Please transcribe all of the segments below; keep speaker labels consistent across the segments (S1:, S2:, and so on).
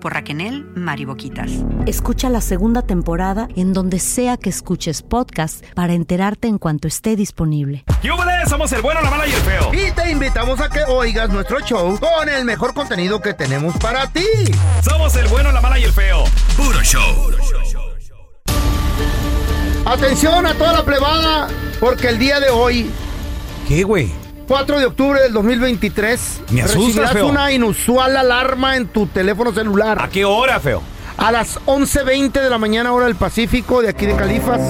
S1: por Raquenel Mariboquitas.
S2: Escucha la segunda temporada en donde sea que escuches podcast para enterarte en cuanto esté disponible.
S3: ¡Yúbales! Somos el bueno, la mala y el feo.
S4: Y te invitamos a que oigas nuestro show con el mejor contenido que tenemos para ti.
S3: Somos el bueno, la mala y el feo. Puro show.
S4: Atención a toda la plebada, porque el día de hoy,
S5: ¿Qué, güey?
S4: 4 de octubre del 2023,
S5: Me asustas,
S4: recibirás
S5: feo.
S4: una inusual alarma en tu teléfono celular.
S5: ¿A qué hora, feo?
S4: a las 11.20 de la mañana hora del Pacífico de aquí de Califas.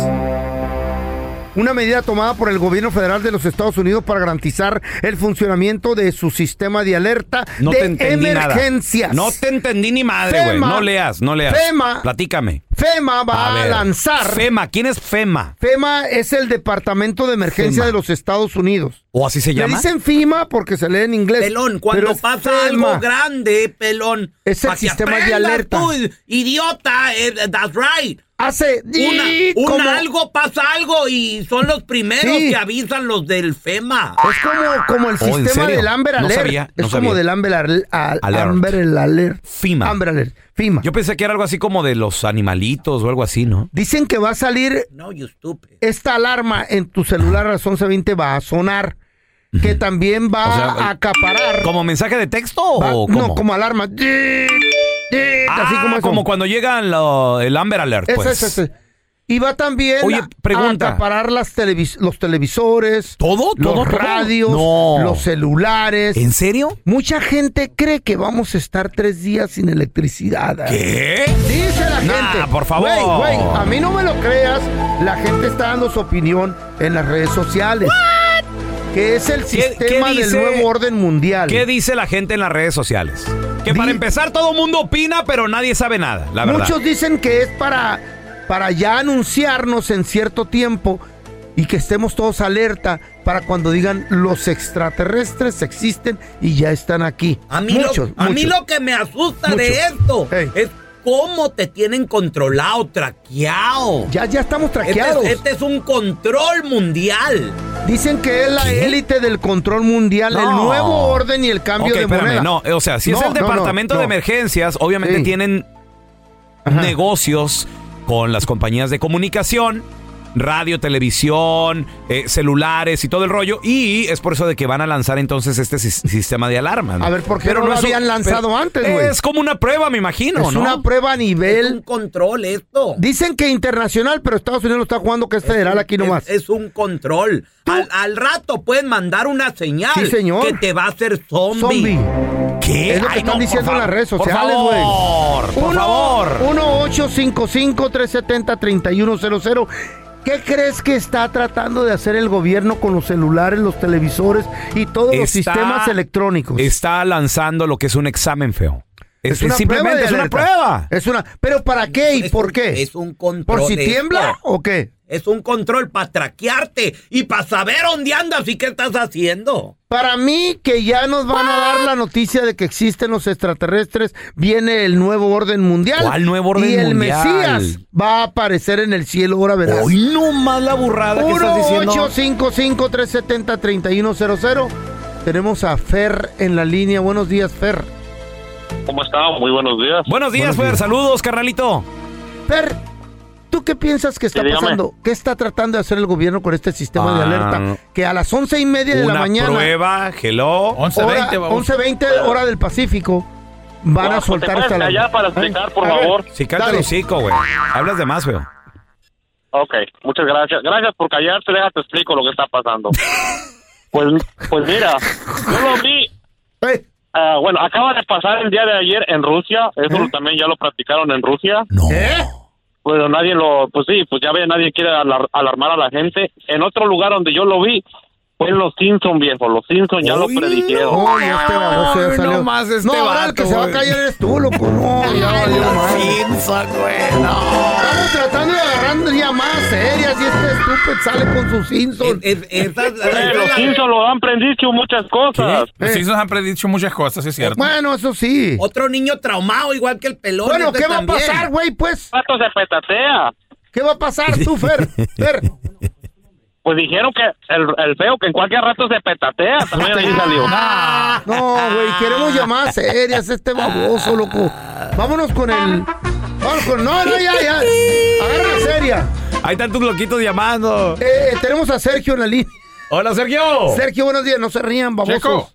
S4: Una medida tomada por el gobierno federal de los Estados Unidos para garantizar el funcionamiento de su sistema de alerta
S5: No
S4: de
S5: te entendí
S4: emergencias.
S5: nada. No te entendí ni madre, güey.
S4: Fema.
S5: No leas, no leas.
S4: Fema.
S5: Platícame.
S4: FEMA va a,
S5: ver.
S4: lanzar.
S5: FEMA, ¿quién es FEMA?
S4: FEMA es el Departamento de Emergencia
S5: FEMA.
S4: de los Estados Unidos.
S5: ¿O así se
S4: Le
S5: llama?
S4: dicen FIMA porque se lee en inglés.
S6: Pelón,
S4: pero
S6: cuando
S4: es
S6: pasa
S4: FEMA.
S6: algo grande, pelón.
S4: Es el
S6: pa' que
S4: sistema de
S6: aprendas
S4: alerta.
S6: tú, idiota, eh, that's right.
S4: Hace
S6: Una, una
S4: como-
S6: algo pasa algo y son los primeros
S4: Sí.
S6: que avisan los del FEMA.
S4: Es como, como el
S5: Oh, ¿en
S4: sistema
S5: serio?
S4: del Amber
S5: No
S4: Alert.
S5: sabía, no
S4: es como
S5: sabía.
S4: del Amber Al- al-
S5: Alert.
S4: Amber el Alert.
S5: FIMA.
S4: Amber Alert. FIMA.
S5: Yo pensé que era algo así como de los animalitos o algo así, ¿no?
S4: Dicen que va a salir
S6: No, you stupid.
S4: esta alarma en tu celular a las 11.20 va a sonar. Que también va
S5: O sea,
S4: a acaparar.
S5: ¿Como mensaje de texto
S4: Va-
S5: o cómo?
S4: No, como alarma. Así
S5: Ah,
S4: como
S5: como,
S4: eso.
S5: cuando llega lo- el Amber Alert,
S4: Ese,
S5: pues.
S4: ese, ese. Y va también
S5: Oye,
S4: a-
S5: pregunta.
S4: a acaparar las televis- los televisores.
S5: ¿Todo?
S4: Los
S5: ¿Todo, todo?
S4: radios.
S5: No.
S4: Los celulares.
S5: ¿En serio?
S4: Mucha gente cree que vamos a estar tres días sin electricidad.
S5: ¿Qué?
S4: Dice la
S5: Nah,
S4: gente.
S5: por favor.
S4: Güey, güey, a mí no me lo creas. La gente está dando su opinión en las redes sociales. Que es el
S5: ¿Qué- qué
S4: sistema del
S5: dice-
S4: nuevo orden mundial.
S5: ¿Qué dice la gente en las redes sociales? Que
S4: Di-
S5: para empezar todo mundo opina, pero nadie sabe nada, la verdad.
S4: Muchos dicen que es para, para ya anunciarnos en cierto tiempo y que estemos todos alerta para cuando digan los extraterrestres existen y ya están aquí.
S6: A mí,
S4: muchos,
S6: lo, a mí
S4: muchos.
S6: lo que me asusta de
S4: Muchos.
S6: esto
S4: Ey.
S6: es cómo te tienen controlado, traqueado.
S4: Ya, ya estamos
S6: Este es,
S4: traqueados.
S6: este es un control mundial.
S4: Dicen que es la élite del control mundial, el
S5: No.
S4: nuevo orden y el cambio
S5: Ok,
S4: de
S5: espérame,
S4: moneda.
S5: No, eh, o sea, si es
S4: No,
S5: el
S4: no, no,
S5: departamento
S4: no.
S5: de emergencias, obviamente
S4: Sí.
S5: tienen
S4: Ajá.
S5: negocios con las compañías de comunicación, radio, televisión, eh, celulares y todo el rollo. Y es por eso de que van a lanzar entonces este sis- sistema de alarma.
S4: A ver, ¿por qué no lo
S5: es un-
S4: habían lanzado antes, güey?
S5: Es como una prueba, me imagino,
S4: es
S5: ¿no?
S4: una prueba a
S6: Es un
S4: nivel.
S6: control esto.
S4: Dicen que internacional, pero Estados Unidos lo está jugando que es federal aquí nomás.
S6: Es, es un control. Al, al rato pueden mandar una señal
S4: Sí, señor.
S6: que te va a hacer zombie.
S4: Zombie.
S5: ¿Qué?
S4: es lo que están
S5: por
S4: diciendo en las redes
S5: por
S4: sociales, güey.
S5: favor, Por favor.
S4: 1-855-370-3100. ¿Qué crees que está tratando de hacer el gobierno con los celulares, los televisores y todos los
S5: Está-
S4: sistemas electrónicos?
S5: Está lanzando lo que es un examen feo. Es, es simplemente
S4: de
S5: es una
S4: alerta.
S5: prueba.
S4: Es una. ¿Pero para qué y
S6: Es
S4: por
S6: un-
S4: qué?
S6: es un control
S4: ¿Por si
S6: de
S4: tiembla
S6: esto.
S4: o qué?
S6: Es un control para traquearte y para saber dónde andas y qué estás haciendo.
S4: Para mí que ya nos van a dar la noticia de que existen los extraterrestres, viene el nuevo orden mundial.
S5: ¿Cuál nuevo orden
S4: Y el
S5: mundial?
S4: Mesías va a aparecer en el cielo, ahora verás.
S5: Hoy no más la burrada que estás diciendo.
S4: 1-855-370-3100. Tenemos a Fer en la línea. Buenos días, Fer.
S7: ¿Cómo está? Muy buenos días.
S5: Buenos días, Fer.
S4: Buenos días.
S5: Saludos, carnalito.
S4: Fer, ¿tú qué piensas que está
S7: Sí, dígame.
S4: pasando? ¿Qué está tratando de hacer el gobierno con este sistema de
S5: Ah.
S4: alerta? Que a las once y media de la
S5: Una
S4: mañana,
S5: prueba, hello.
S4: hora- 11.20 hora del Pacífico, van
S7: No,
S4: a
S7: pues,
S4: soltar
S7: te
S4: esta
S7: pones
S4: alarma.
S7: allá para
S4: ¿Eh?
S7: explicar, por
S4: A ver,
S7: favor.
S5: Si canta el
S4: dale.
S5: hocico, güey. Hablas de más, feo.
S7: Ok, muchas gracias. Gracias por callarte, déjate explico lo que está pasando. pues, pues mira, yo lo vi,
S4: Eh,
S7: ah, bueno, acaba de pasar el día de ayer en Rusia, eso
S4: ¿Eh?
S7: también ya lo practicaron en Rusia,
S5: No.
S4: ¿Eh?
S7: pero nadie lo, pues sí, pues ya ve, nadie quiere alar- alarmar a la gente. En otro lugar donde yo lo vi, Fue en los Simpson, viejo. Los Simpson ya lo predijeron.
S4: No, ya este baboso ya
S5: no
S4: salió.
S5: más este
S4: no, ahora el
S5: vato,
S4: que se va a
S5: güey.
S4: callar eres tú, loco. No, ya valió madre. Estamos tratando de agarrar llamadas serias y este estúpido sale con sus Simpson.
S6: Es- es- esas-
S7: Eh, los
S6: esas-
S7: Simpson lo han predicho muchas cosas.
S4: Eh.
S8: Sí, nos han predicho muchas cosas, es cierto.
S4: Bueno, eso sí.
S6: Otro niño traumado, igual que el pelón.
S4: Bueno,
S6: este
S4: ¿qué va a
S6: también.
S4: pasar, güey? Pues,
S7: El vato se petatea.
S4: ¿qué va a pasar tú, Fer? Fer.
S7: Pues dijeron que el, el feo que en cualquier rato se petatea. También ahí salió.
S5: Ah.
S4: No, güey, queremos llamadas serias, este baboso, loco. Vámonos con el. Vámonos con. No, no, ya, ya. Agarra seria.
S5: Hay tantos loquitos llamando.
S4: Eh, eh, tenemos a Sergio en la línea.
S5: Hola, Sergio.
S4: Sergio, buenos días, no se rían, babosos.
S8: Checo.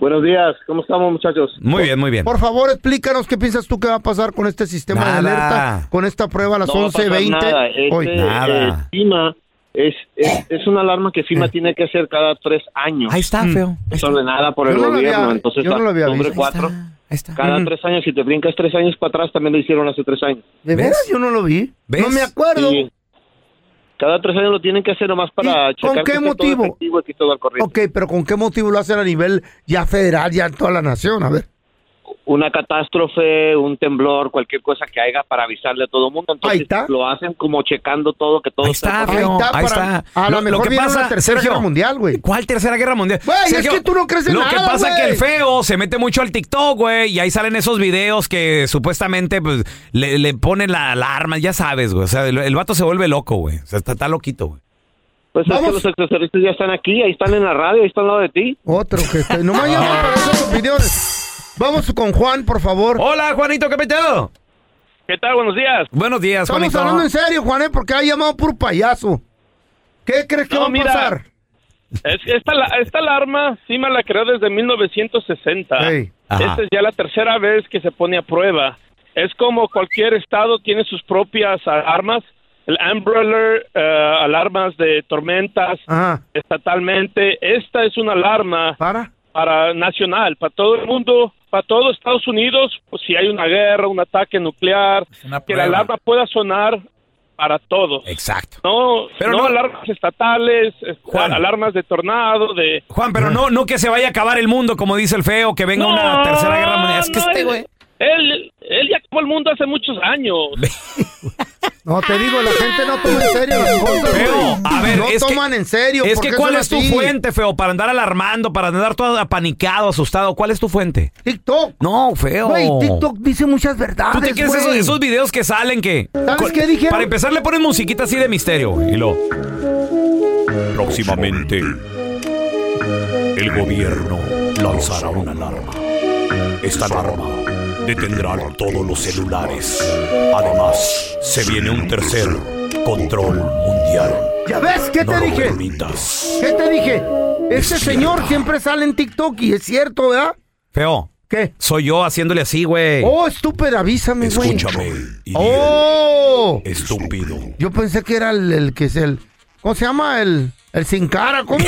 S7: Buenos días. ¿Cómo estamos, muchachos?
S5: Muy bien, muy bien.
S4: Por favor, explícanos qué piensas tú que va a pasar con este sistema
S5: Nada.
S4: de alerta, con esta prueba a las
S9: No va a pasar
S4: 11.20.
S9: nada. Este,
S4: hoy.
S5: nada.
S9: eh, FIMA es, es, es una alarma que FIMA tiene que hacer cada tres años.
S5: Ahí está, feo. Ahí
S9: Es
S5: está.
S9: ordenada por
S4: Eh. Yo
S9: el
S4: no lo había-
S9: gobierno. Entonces,
S4: yo no lo había
S9: hombre,
S4: visto.
S9: cuatro.
S5: Ahí está.
S9: Cada
S4: Mm.
S9: tres años, si te brincas tres años para atrás, también lo hicieron hace tres años.
S4: ¿De
S5: ¿Ves?
S4: veras? Yo no lo vi.
S5: ¿Ves?
S4: No me acuerdo.
S9: Sí. cada tres años lo tienen que hacer nomás para
S4: ¿Y
S9: checar
S4: con qué
S9: que esté todo
S4: motivo?
S9: efectivo y que esté todo al corriente.
S4: Ok, pero ¿con qué motivo lo hacen a nivel ya federal, ya en toda la nación? A ver.
S9: Una catástrofe, un temblor, cualquier cosa que haya para avisarle a todo el mundo. Entonces,
S4: Ahí está.
S9: lo hacen como checando todo, que todo
S5: Ahí
S9: esté al
S5: está,
S9: corriente.
S5: feo.
S4: Ahí está,
S5: Ahí
S4: para-
S5: está.
S4: a lo mejor viene una tercera guerra mundial, güey.
S5: ¿Cuál tercera guerra mundial?
S4: Güey, es que tú no crees en
S5: lo
S4: nada,
S5: que pasa es que
S4: güey.
S5: el feo se mete mucho al TikTok, güey, y ahí salen esos videos que supuestamente pues, le, le ponen la alarma, ya sabes, güey. O sea, el, el vato se vuelve loco, güey. O sea, está, está loquito, güey.
S9: Pues es que
S4: Vamos.
S9: los extraterrestres ya están aquí, ahí están en la radio, ahí están al lado de ti.
S4: Otro que estoy. No me
S5: Ah.
S4: llaman para esas opiniones. Vamos con Juan, por favor.
S5: Hola, Juanito, ¿qué peteo?
S7: ¿Qué tal? Buenos días.
S5: Buenos días,
S4: Estamos
S5: Juanito.
S4: hablando en serio, Juan, ¿eh? porque ha llamado puro payaso. ¿Qué crees que
S7: No,
S4: va a
S7: mira.
S4: pasar?
S7: Es, esta, la- esta alarma sí me la creó desde 1960.
S4: Ey.
S5: Ajá.
S7: Esta es ya la tercera vez que se pone a prueba. Es como cualquier estado tiene sus propias alarmas. El Umbrella, eh, alarmas de tormentas
S4: Ajá.
S7: estatalmente. Esta es una alarma
S4: Para.
S7: para nacional, para todo el mundo, para todo Estados Unidos, pues, si hay una guerra, un ataque nuclear,
S8: una
S7: que la
S8: prueba.
S7: alarma pueda sonar para todos.
S5: Exacto.
S7: No,
S5: Pero
S7: no,
S5: no-
S7: alarmas estatales, este,
S5: Juan.
S7: alarmas de tornado, de...
S5: Juan, pero no, no que se vaya a acabar el mundo, como dice el feo, que venga una tercera guerra mundial. Es que
S7: no,
S5: este,
S7: él-
S5: güey.
S7: Él, él ya acabó el mundo hace muchos años.
S4: No, te digo, la gente no toma en serio las cosas.
S5: Feo,
S4: güey.
S5: a ver,
S4: no
S5: es que-
S4: toman en serio.
S5: Es
S4: ¿por
S5: que
S4: qué
S5: ¿cuál
S4: son
S5: es tu
S4: así?
S5: fuente, feo? Para andar alarmando, para andar todo apanicado, asustado. ¿Cuál es tu fuente?
S4: TikTok.
S5: No, feo.
S4: Güey, TikTok dice muchas verdades.
S5: ¿Tú te crees
S4: güey.
S5: esos, esos videos que salen que...
S4: ¿Sabes
S5: con-
S4: qué dijeron?
S5: Para empezar le ponen musiquita así de misterio. güey, Y lo...
S3: Próximamente, el gobierno lanzará una alarma. Esta alarma detendrá todos los celulares. Además, se viene un tercer control mundial.
S4: ¿Ya ves? ¿Qué te
S3: No lo
S4: dije?
S3: permitas.
S4: ¿Qué te dije? Este
S3: Despierta.
S4: señor siempre sale en TikTok y es cierto, ¿verdad?
S5: Feo,
S4: ¿Qué?
S5: soy yo haciéndole así, güey.
S4: Oh, estúpido, avísame, güey.
S3: Escúchame, y
S4: Oh,
S3: estúpido.
S4: yo pensé que era el, el que es el. ¿Cómo se llama? El, el sin cara, ¿cómo?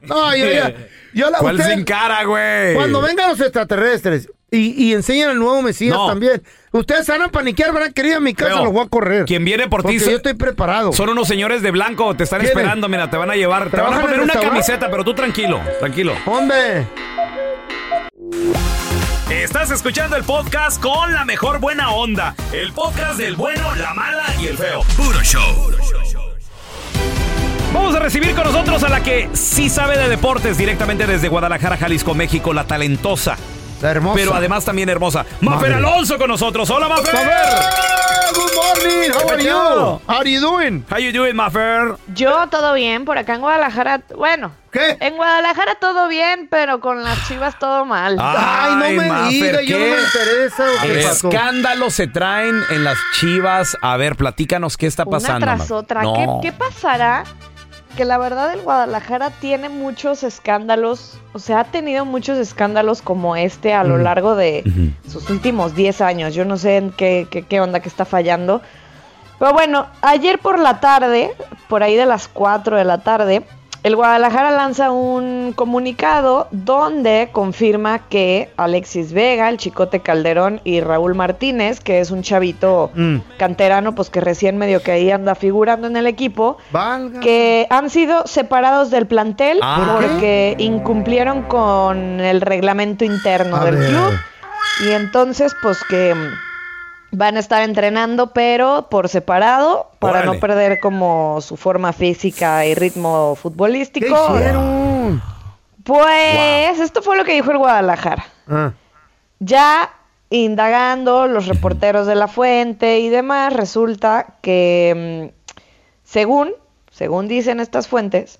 S4: no, yo ya. Yo la,
S5: ¿Cuál
S4: ustedes-
S5: sin cara, güey?
S4: Cuando vengan los extraterrestres y, y enseñen al nuevo Mesías
S5: No.
S4: también, ustedes se van a paniquear, van a querer ir a mi casa,
S5: Feo,
S4: los voy a correr.
S5: quien viene por ti
S4: Porque
S5: se-
S4: Yo estoy preparado.
S5: Son unos señores de blanco, te están
S4: ¿Quiénes?
S5: esperando, mira, te van a llevar, te van a
S4: ¿Trabajan en
S5: poner una
S4: restaurante?
S5: camiseta, pero tú tranquilo, tranquilo.
S4: ¡Hombre!
S3: Estás escuchando el podcast con la mejor buena onda. El podcast del bueno, la mala y el feo. Puro show.
S5: Vamos a recibir con nosotros a la que sí sabe de deportes directamente desde Guadalajara, Jalisco, México, la talentosa,
S4: La hermosa.
S5: pero además también hermosa. Mafer
S4: Madre.
S5: Alonso con nosotros. Hola, Mafer.
S4: ¡Eh, Good morning, how are you? How are you doing?
S5: How you doing, Mafer?
S10: Yo todo bien, por acá en Guadalajara, bueno,
S4: ¿Qué?
S10: en Guadalajara todo bien, pero con las chivas todo mal.
S4: Ay, no me
S5: Mafer,
S4: diga, yo no
S5: ¿qué
S4: me interesa lo que pasó.
S5: Escándalos se traen en las chivas. A ver, platícanos qué está
S10: Una
S5: pasando.
S10: tras
S5: Mafer.
S10: otra.
S5: No.
S10: ¿Qué, qué pasará? Que la verdad el Guadalajara tiene muchos escándalos, o sea, ha tenido muchos escándalos como este a
S6: Mm.
S10: lo largo de
S5: Ujú.
S10: sus últimos 10 años. Yo no sé en qué, qué, qué onda que está fallando. Pero bueno, ayer por la tarde, por ahí de las 4 de la tarde, El Guadalajara lanza un comunicado donde confirma que Alexis Vega, el Chicote Calderón y Raúl Martínez, que es un chavito
S4: Mm.
S10: canterano, pues que recién medio que ahí anda figurando en el equipo, que han sido separados del plantel
S4: Ah. ¿Por
S10: porque incumplieron con el reglamento interno
S4: A
S10: del
S4: ver.
S10: club y entonces pues que mm, van a estar entrenando pero por separado para
S4: Órale.
S10: no perder como su forma física y ritmo futbolístico. Pues esto fue lo que dijo el Guadalajara.
S4: Ah.
S10: Ya indagando los reporteros de la fuente y demás, resulta que mm, según, según dicen estas fuentes,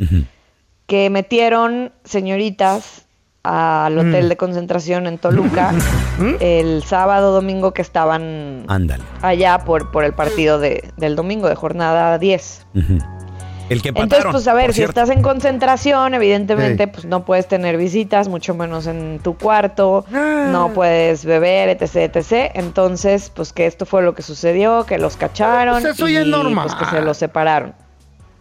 S10: que metieron señoritas al hotel
S5: Mm.
S10: de concentración en Toluca el sábado domingo que estaban
S5: Ándale.
S10: allá por, por el partido de- del domingo de jornada 10.
S5: Ujú. El que empataron.
S10: Entonces, pues a ver,
S5: por
S10: si
S5: cierto.
S10: estás en concentración, evidentemente,
S5: Ey.
S10: pues no puedes tener visitas, mucho menos en tu cuarto,
S4: Ah.
S10: no puedes beber, etc, etc. Entonces, pues que esto fue lo que sucedió, que los cacharon.
S4: Pues eso
S10: y,
S4: ya es normal.
S10: Pues que se los separaron.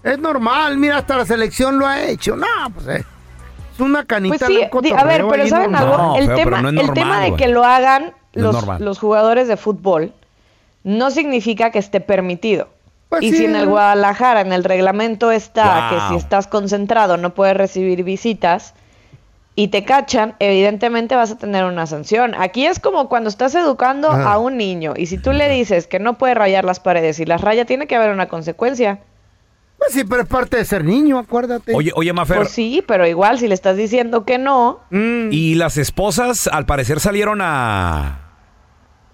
S4: Es normal, mira, hasta la selección lo ha hecho. No, pues eh, es una
S10: Pues
S4: canita.
S10: sí,
S4: de un
S10: di- a
S4: cotorreo
S10: ver, pero
S4: ahí
S10: ¿saben
S4: normal.
S10: algo? el, tema, el tema de que lo hagan
S4: No es
S10: los,
S4: normal.
S10: los jugadores de fútbol no significa que esté permitido.
S4: Pues
S10: y
S4: sí.
S10: si en el Guadalajara, en el reglamento está que si
S11: Wow.
S10: estás concentrado no puedes recibir visitas y te cachan, evidentemente vas a tener una sanción. Aquí es como cuando estás educando
S11: Ajá.
S10: a un niño y si tú le dices que no puede rayar las paredes y las raya, tiene que haber una consecuencia.
S4: Pues sí, pero es parte de ser niño, acuérdate.
S5: Oye, oye, Mafer.
S10: Pues sí, pero igual si le estás diciendo que no,
S4: Mm,
S5: Y las esposas, al parecer, salieron a.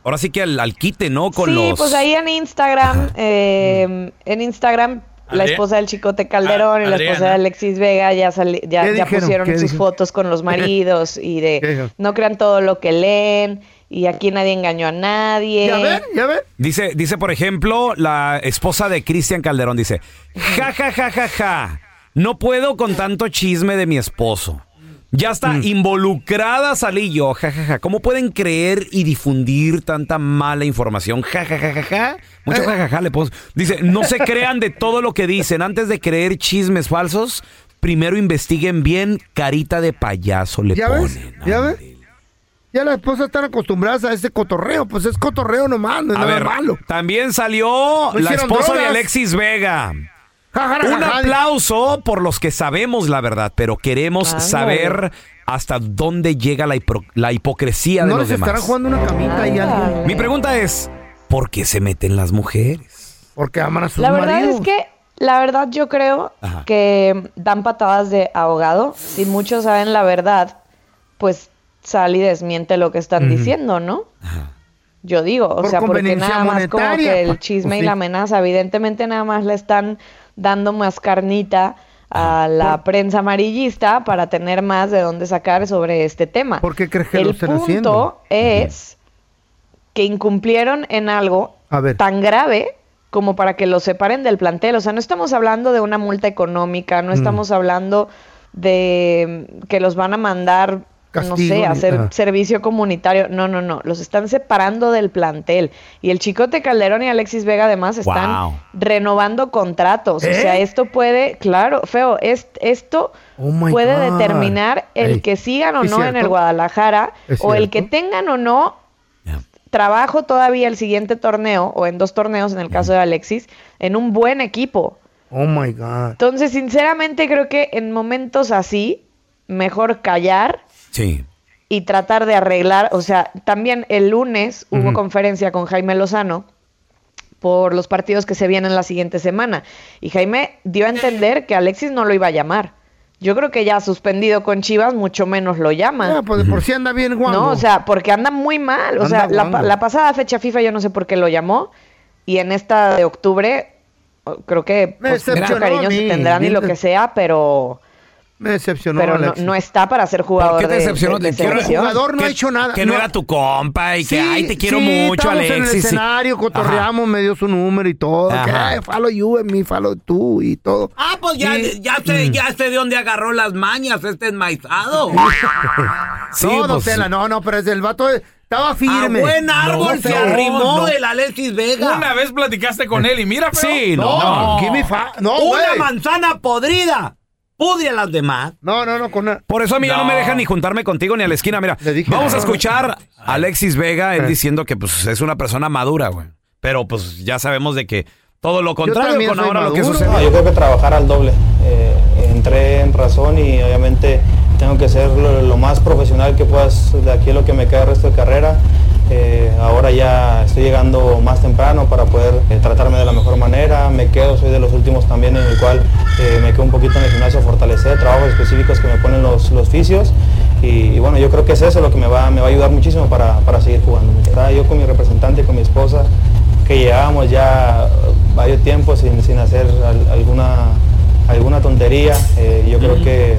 S5: Ahora sí que al, al quite, ¿no? Con
S10: sí,
S5: los.
S10: pues ahí en Instagram,
S4: Mm.
S10: eh, en Instagram, la
S5: Adri-
S10: esposa del Chicote Calderón
S5: A-
S10: y la esposa de
S5: Adriana.
S10: Alexis Vega ya, sali- ya,
S4: ¿Qué
S10: ya
S4: dijeron?
S10: pusieron
S4: ¿Qué
S10: sus
S4: dijeron?
S10: fotos con los maridos y
S4: ¿Qué
S10: de
S4: dijeron?
S10: no crean todo lo que leen y aquí nadie engañó a nadie.
S5: Ya ven, Dice, dice, por ejemplo, la esposa de Cristian Calderón dice: Ja, ja, ja, ja, ja. No puedo con tanto chisme de mi esposo. Ya está
S4: Mm.
S5: involucrada salí yo, ja, ja, ja. ¿Cómo pueden creer y difundir tanta mala información? Ja, ja, ja, ja, ja. Mucho ja, ja, ja le pongo. Dice, no se crean de todo lo que dicen. Antes de creer chismes falsos, primero investiguen bien. Carita de payaso le
S4: ¿Ya
S5: ponen.
S4: ves? ¿Ya ves? Ya las esposas están acostumbradas a ese cotorreo, pues es cotorreo nomás, no es
S5: A
S4: Pues nada
S5: ver,
S4: malo.
S5: también salió
S4: No
S5: la
S4: hicieron
S5: esposa de
S4: drogas.
S5: Alexis Vega.
S4: Ja, ja, ja,
S5: Un
S4: ja.
S5: aplauso por los que sabemos la verdad, pero queremos
S4: Ándale.
S5: saber hasta dónde llega la, hipro- la hipocresía de
S4: No
S5: los
S4: les estarán
S5: demás.
S4: jugando una camita y alguien.
S5: Mi pregunta es, ¿por qué se meten las mujeres?
S4: Porque aman a sus
S10: La verdad es que, la verdad yo creo
S5: Ajá.
S10: que dan patadas de ahogado. Si muchos saben la verdad, pues sal y desmiente lo que están
S11: Ujú.
S10: diciendo, ¿no? Yo digo, o
S11: Por
S10: sea, porque
S11: conveniencia
S10: nada más como
S11: monetaria,
S10: que el
S4: Ah,
S11: pues,
S10: chisme
S11: pues
S10: y la
S11: sí.
S10: amenaza, evidentemente nada más le están dando más carnita a la prensa amarillista para tener más de dónde sacar sobre este tema. ¿Por
S4: qué crees que
S10: el
S4: lo están
S10: punto
S4: haciendo?
S10: es que incumplieron en algo
S4: A ver.
S10: tan grave como para que los separen del plantel. O sea, no estamos hablando de una multa económica, no
S11: Mm.
S10: estamos hablando de mm, que los van a mandar, no
S11: Castigo
S10: sé,
S11: ni-
S10: a hacer
S11: ajá.
S10: servicio comunitario. No, no, no. Los están separando del plantel. Y el Chicote Calderón y Alexis Vega además están
S11: Wow.
S10: renovando contratos.
S11: ¿Eh?
S10: O sea, esto puede, claro, feo, es, esto
S11: Oh my
S10: puede
S11: God.
S10: determinar el
S11: Ey,
S10: que sigan o
S11: ¿es
S10: no en el
S11: cierto?
S10: Guadalajara
S11: ¿Es
S10: o el que
S11: cierto?
S10: tengan o no trabajo todavía el siguiente torneo o en dos torneos en el caso de Alexis en un buen equipo.
S4: Oh my God.
S10: Entonces, sinceramente creo que en momentos así mejor callar
S5: Sí.
S10: y tratar de arreglar, o sea, también el lunes hubo
S11: Ujú.
S10: conferencia con Jaime Lozano por los partidos que se vienen la siguiente semana y Jaime dio a entender que Alexis no lo iba a llamar. Yo creo que ya suspendido con Chivas, mucho menos lo llaman.
S4: No, pues de por sí anda bien guango.
S10: No, o sea, porque anda muy mal. O
S4: Anda
S10: sea, la,
S4: guango.
S10: pa- la pasada fecha FIFA yo no sé por qué lo llamó. Y en esta de octubre, o- creo que
S4: Me
S10: pues, mucho
S4: decepcionó
S10: cariño
S4: a
S10: se
S4: mí.
S10: tendrán y lo que sea, pero,
S4: Me decepcionó
S10: pero no,
S4: Alexis.
S10: no está para ser jugador.
S5: ¿Qué te
S10: de-
S5: decepcionó?
S10: de- de
S5: Te quiero-
S4: El
S10: selección.
S4: jugador no ha hecho nada.
S5: Que no, era tu compa y que, ay, te quiero
S4: sí,
S5: mucho,
S4: estábamos
S5: Alexis.
S4: en el
S5: sí.
S4: escenario,
S5: Ajá.
S4: cotorreamos, me dio su número y todo.
S5: Ajá.
S4: Que, "Ay, falo you en mí, falo tú y todo.
S6: Ah, pues ya, ya, sé, ya sé de dónde agarró las mañas este enmaizado.
S4: Sí, no, don
S6: pues,
S4: Tela, no, no, pero es el vato estaba firme.
S6: A buen árbol se arrimó el Alexis Vega.
S8: Una vez platicaste con él y mira, pero...
S4: Sí, no, no, give me fa- no,
S6: Una
S4: Oh, güey.
S6: manzana podrida.
S5: Odia a las demás.
S4: No, no, no, con una...
S5: Por eso a mí ya no me dejan ni juntarme contigo ni a la esquina. Mira, vamos a escuchar a Alexis Vega, él diciendo que pues, es una persona madura, güey. Pero pues ya sabemos de que todo lo contrario con ahora lo que sucede.
S11: No, yo tengo que trabajar al doble. Eh, entré en razón y obviamente tengo que ser lo, lo más profesional que puedas de aquí a lo que me queda el resto de carrera. Eh, ahora ya estoy llegando más temprano para poder eh, tratarme de la mejor manera. Me quedo, soy de los últimos también en el cual eh, me quedo un poquito en el gimnasio a fortalecer trabajos específicos que me ponen los, los fisios. Y, y bueno, yo creo que es eso lo que me va, me va a ayudar muchísimo para, para seguir jugando. Estaba yo con mi representante, con mi esposa, que llevábamos ya eh, varios tiempos sin, sin hacer al- alguna, alguna tontería. Eh, yo creo que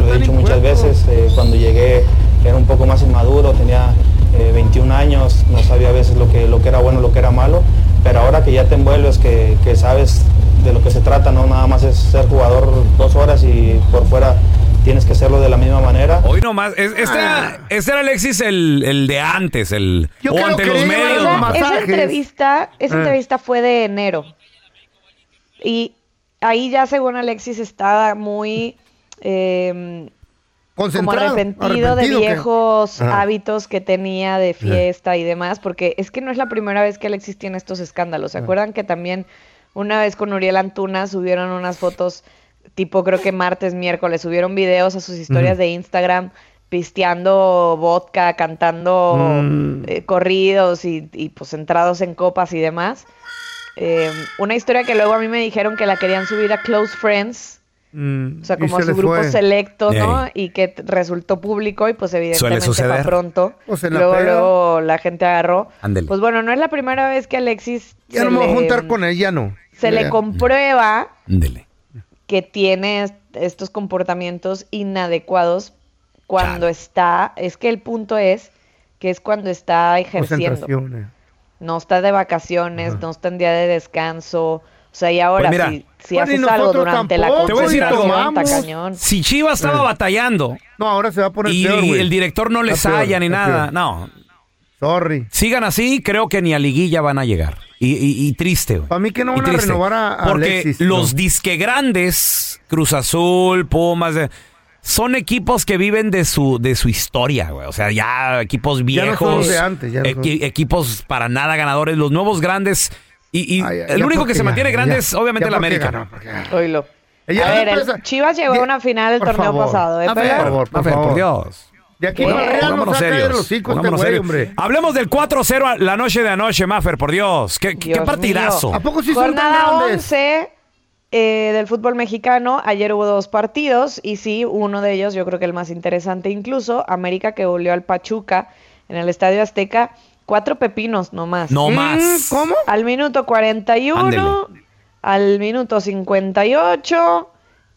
S11: lo he dicho muchas veces, eh, cuando llegué era un poco más inmaduro, tenía eh, 21 años, no sabía a veces lo que, lo que era bueno, lo que era malo, pero ahora que ya te envuelves, que, que sabes de lo que se trata, no nada más es ser jugador dos horas y por fuera tienes que hacerlo de la misma manera.
S5: Hoy nomás, es- este, era, este era Alexis el, el de antes, el
S11: Yo
S5: o
S11: creo
S5: ante
S11: que
S5: los
S11: le iba a
S5: medios.
S11: dar
S5: güey.
S11: más
S10: Esa entrevista, esa
S5: Ah.
S10: entrevista fue de enero. Y ahí ya según Alexis estaba muy eh, como
S4: Concentrado,
S10: arrepentido, de
S4: arrepentido, ¿qué?
S10: viejos
S4: Ajá.
S10: hábitos que tenía de
S4: Ajá.
S10: fiesta y demás, porque es que no es la primera vez que Alexis tiene estos escándalos. ¿Se acuerdan que también una vez con Uriel Antuna subieron unas fotos tipo creo que martes, miércoles, subieron videos a sus historias
S12: Ujú.
S10: de Instagram pisteando vodka, cantando
S12: Mm.
S10: eh, corridos y, y, pues entrados en copas y demás. Eh, una historia que luego a mí me dijeron que la querían subir a Close Friends, o sea,
S4: Mm, Y
S10: como a
S4: se
S10: su
S4: le
S10: grupo
S4: fue.
S10: selecto, ¿no?
S4: Ey.
S10: Y que t- resultó público y pues evidentemente para
S4: suceder.
S10: pronto.
S4: Pues en la
S10: luego,
S4: peda.
S10: luego la gente agarró.
S4: Ándele.
S10: Pues bueno, no es la primera vez que Alexis
S4: Ya
S10: se
S4: no me voy a
S10: le-
S4: juntar con él, ya no.
S10: se
S4: Ya.
S10: le comprueba que tiene est- estos comportamientos inadecuados cuando está, es que el punto es que es cuando está ejerciendo,
S4: Concentración, eh.
S10: no está de vacaciones, no está en día de descanso, o sea, y
S5: Pues
S10: ahora
S5: mira.
S10: si, si
S4: Bueno, y
S10: haces algo
S4: nosotros
S10: durante
S4: tampoco,
S10: la
S5: Te voy a decir algo.
S10: concentración, está
S5: Vamos.
S10: cañón.
S5: Si Chivas estaba
S4: Eh.
S5: batallando
S4: No, ahora se va a poner
S5: y,
S4: peor,
S5: y
S4: güey.
S5: el director no les
S4: Está peor,
S5: halla ni
S4: está
S5: nada,
S4: peor.
S5: no.
S4: Sorry.
S5: Sigan así, creo que ni a liguilla van a llegar. Y, y- y triste, güey.
S4: Para mí que no
S5: Y
S4: van a
S5: triste.
S4: renovar a, a
S5: Porque
S4: Alexis.
S5: los
S4: no.
S5: disque grandes, Cruz Azul, Pumas, eh, son equipos que viven de su, de su historia, güey. O sea, ya equipos
S4: Ya no
S5: viejos.
S4: son los de antes, ya no
S5: equi- equipos para nada ganadores. Los nuevos grandes. Y, y el
S4: ya
S5: único que
S4: porque
S5: se
S4: ya,
S5: mantiene grande
S4: ya,
S5: es obviamente
S4: ya
S5: el
S4: porque
S5: América.
S4: ganó,
S10: Oílo.
S4: Ella-
S10: a ver, el
S4: Empresa-
S10: Chivas llegó a una final del
S4: por
S10: torneo
S4: favor.
S10: pasado, ¿eh?
S4: A ver,
S10: Pelón?
S4: por favor, por
S5: Mafer,
S4: favor.
S5: por Dios.
S4: De aquí para el Real nos
S5: Pongámonos
S4: saca de
S5: serios,
S4: los cinco este
S5: pongámonos
S4: güey,
S5: serios. Ah.
S4: hombre.
S5: Hablemos del 4-0 a la noche de anoche, Maffer, por Dios. ¿Qué, qué- qué
S10: Dios
S5: partidazo?
S10: mío. Jornada 11 eh, del fútbol mexicano. Ayer hubo dos partidos y sí, uno de ellos, yo creo que el más interesante incluso, América que volvió al Pachuca en el Estadio Azteca. Cuatro pepinos nomás.
S5: No más. Mm,
S10: ¿Cómo? Al minuto 41,
S5: Ándele.
S10: al minuto 58.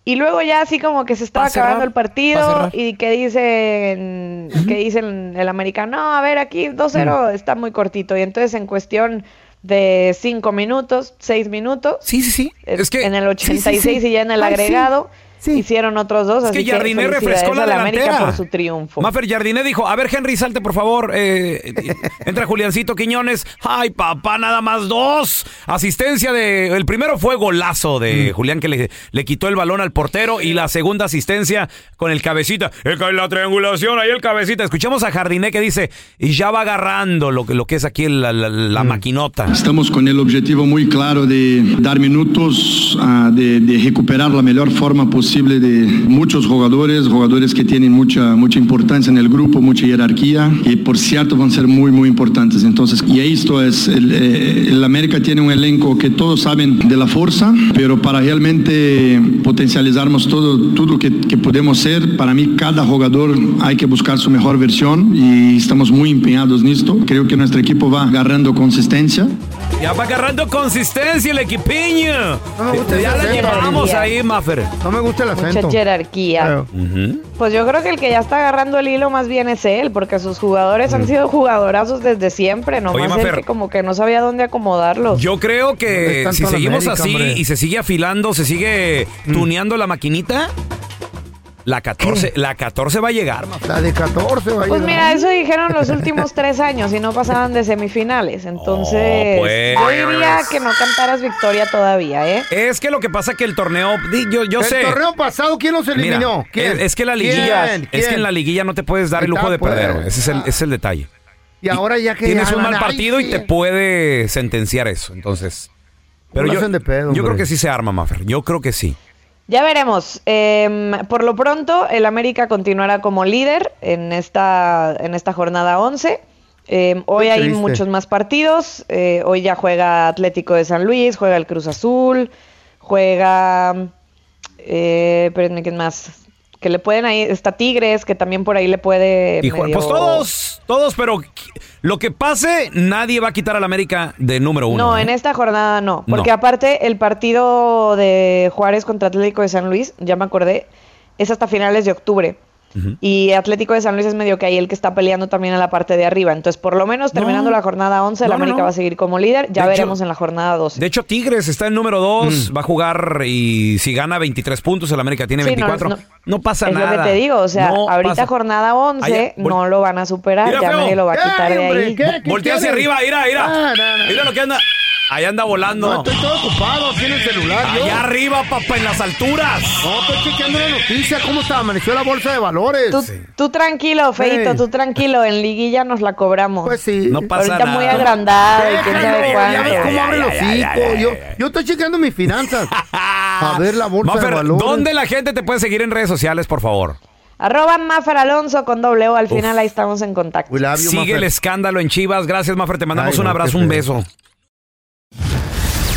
S10: Y luego ya así como que se estaba
S12: Pa' cerrar,
S10: acabando el
S12: pa'
S10: partido
S12: cerrar.
S10: y que dicen, que dicen el americano, no, a ver, aquí 2-0
S5: Mm.
S10: está muy cortito. Y entonces en cuestión de 5 minutos, 6 minutos.
S5: Sí, sí, sí. Es que-
S10: en el
S5: sí, sí, sí.
S10: 86 y ya en el
S5: Ay, sí.
S10: agregado hicieron otros dos.
S5: Es
S10: así
S5: que Jardiné
S10: felicidades
S5: refrescó la
S10: al
S5: delantera.
S10: América por su triunfo.
S5: Maffer Jardiné dijo, a ver, Henry, salte, por favor. eh, entra Juliancito Quiñones. Ay, papá, nada más dos. Asistencia de... El primero fue golazo de
S10: Mm.
S5: Julián, que le, le quitó el balón al portero. Y la segunda asistencia con el cabecita. Eh, cae La triangulación, ahí el cabecita. Escuchamos a Jardiné que dice, y ya va agarrando lo, que- lo que es aquí la, la- la
S10: Mm.
S5: maquinota.
S13: Estamos con el objetivo muy claro de dar minutos, ah, de, de recuperar la mejor forma posible de muchos jugadores, jugadores que tienen mucha, mucha importancia en el grupo, mucha jerarquía y por cierto van a ser muy, muy importantes. Entonces, y esto es, el, eh, el América tiene un elenco que todos saben de la fuerza, pero para realmente potencializarnos todo, todo lo que, que podemos ser, para mí cada jugador hay que buscar su mejor versión y estamos muy empeñados en esto. Creo que nuestro equipo va agarrando consistencia.
S5: Ya va agarrando consistencia el equipiño. ya la llevamos ahí, Maffer.
S4: No me gusta el
S10: Mucha jerarquía. Pues yo creo que el que ya está agarrando el hilo más bien es él, porque sus jugadores han sido jugadorazos desde siempre,
S5: Mm. Oye,
S10: nomás él
S5: Mafer.
S10: que como que no sabía dónde acomodarlos.
S5: Yo creo que
S10: No es
S5: si
S10: tanto la
S5: seguimos
S10: América,
S5: así
S10: hombre.
S5: y se sigue afilando, se sigue
S4: Mm.
S5: tuneando la maquinita, la 14, la 14 va a llegar. ma.
S4: La de 14, va a llegar.
S10: Pues mira, eso dijeron los últimos tres años y no pasaban de semifinales. Entonces,
S5: pues.
S10: yo diría Quisiera que no cantaras victoria todavía, ¿eh?
S5: Es que lo que pasa que el torneo, di- yo, yo
S4: el
S5: sé.
S4: torneo pasado, ¿quién los
S5: Mira,
S4: eliminó? ¿Quién?
S5: Es, es que la liguilla,
S4: ¿Quién?
S5: es que
S4: ¿Quién?
S5: en la liguilla no te puedes dar el lujo
S4: Está,
S5: de perder,
S4: pues.
S5: güey. ese es el, ese es el detalle.
S4: Y ahora ya que
S5: Tienes un
S4: ganan,
S5: mal
S4: ay,
S5: partido y
S4: sí.
S5: te puede sentenciar eso, entonces. Pero
S4: Lo
S5: yo,
S4: hacen de pedo,
S5: yo creo
S4: hombre.
S5: que sí se arma, Mafer. Yo creo que sí.
S10: Ya veremos. Em, por lo pronto, el América continuará como líder en esta, en esta jornada 11. Em, hoy
S12: Qué
S10: hay
S12: triste.
S10: muchos más partidos. Eh, hoy ya juega Atlético de San Luis, juega el Cruz Azul, juega... Eh, espérenme, ¿quién más? Que le pueden ahí... Está Tigres, que también por ahí le puede...
S5: Y jue-
S10: medio-
S5: Pues todos, todos, pero qui- lo que pase, nadie va a quitar al América de número uno.
S10: No,
S5: ¿eh?
S10: en esta jornada no, porque
S5: No.
S10: aparte el partido de Juárez contra Atlético de San Luis, ya me acordé, es hasta finales de octubre.
S14: Ujú.
S10: Y Atlético de San Luis es medio que ahí el que está peleando también en la parte de arriba. Entonces, por lo menos terminando la jornada 11, el
S5: No, no,
S10: América
S5: no.
S10: va a seguir como líder. Ya
S5: De hecho-
S10: veremos en la jornada 12.
S5: De hecho, Tigres está en número 2,
S4: Mm.
S5: va a jugar y si gana 23 puntos, el América tiene
S10: Sí, no,
S5: 24. No,
S10: no.
S5: pasa
S10: es
S5: nada.
S10: lo que te digo, o sea,
S5: No
S10: ahorita
S5: pasa-
S10: jornada 11
S5: Ay, vol-
S10: no lo van a superar,
S5: Mira,
S10: ya
S5: feo.
S10: nadie lo va a quitar de
S4: ¡Eh, hombre,
S10: ahí.
S4: ¿qué? ¿Qué
S5: Voltea hacia
S4: quieres?
S5: arriba, mira, mira.
S4: Ah, no, no.
S5: Mira lo que anda. Ahí anda volando.
S4: No, estoy todo ocupado, aquí en el celular. yo.
S5: Allá arriba, papá, en las alturas.
S4: No, pues, estoy chequeando la noticia, cómo está, amaneció la bolsa de valores.
S10: Tú, tú tranquilo, Feito, tú tranquilo, en liguilla nos la cobramos. Pues
S4: sí.
S5: No pasa
S10: Ahorita
S5: nada.
S10: muy agrandada y quién sabe
S4: Déjalo,
S10: cuánto.
S4: ya ves cómo abre los
S5: ay, ay,
S4: hocico, yo, yo estoy chequeando mis finanzas. A ver la bolsa
S5: Mafer,
S4: de valores.
S5: ¿dónde la gente te puede seguir en redes sociales, por favor?
S10: Arroba Mafer Alonso con doble O. Al final ahí estamos en contacto.
S5: Sigue el escándalo en Chivas. Gracias, Mafer. Te mandamos
S3: Ay,
S5: un
S3: no,
S5: abrazo,
S3: qué
S5: un
S3: feo.
S5: beso.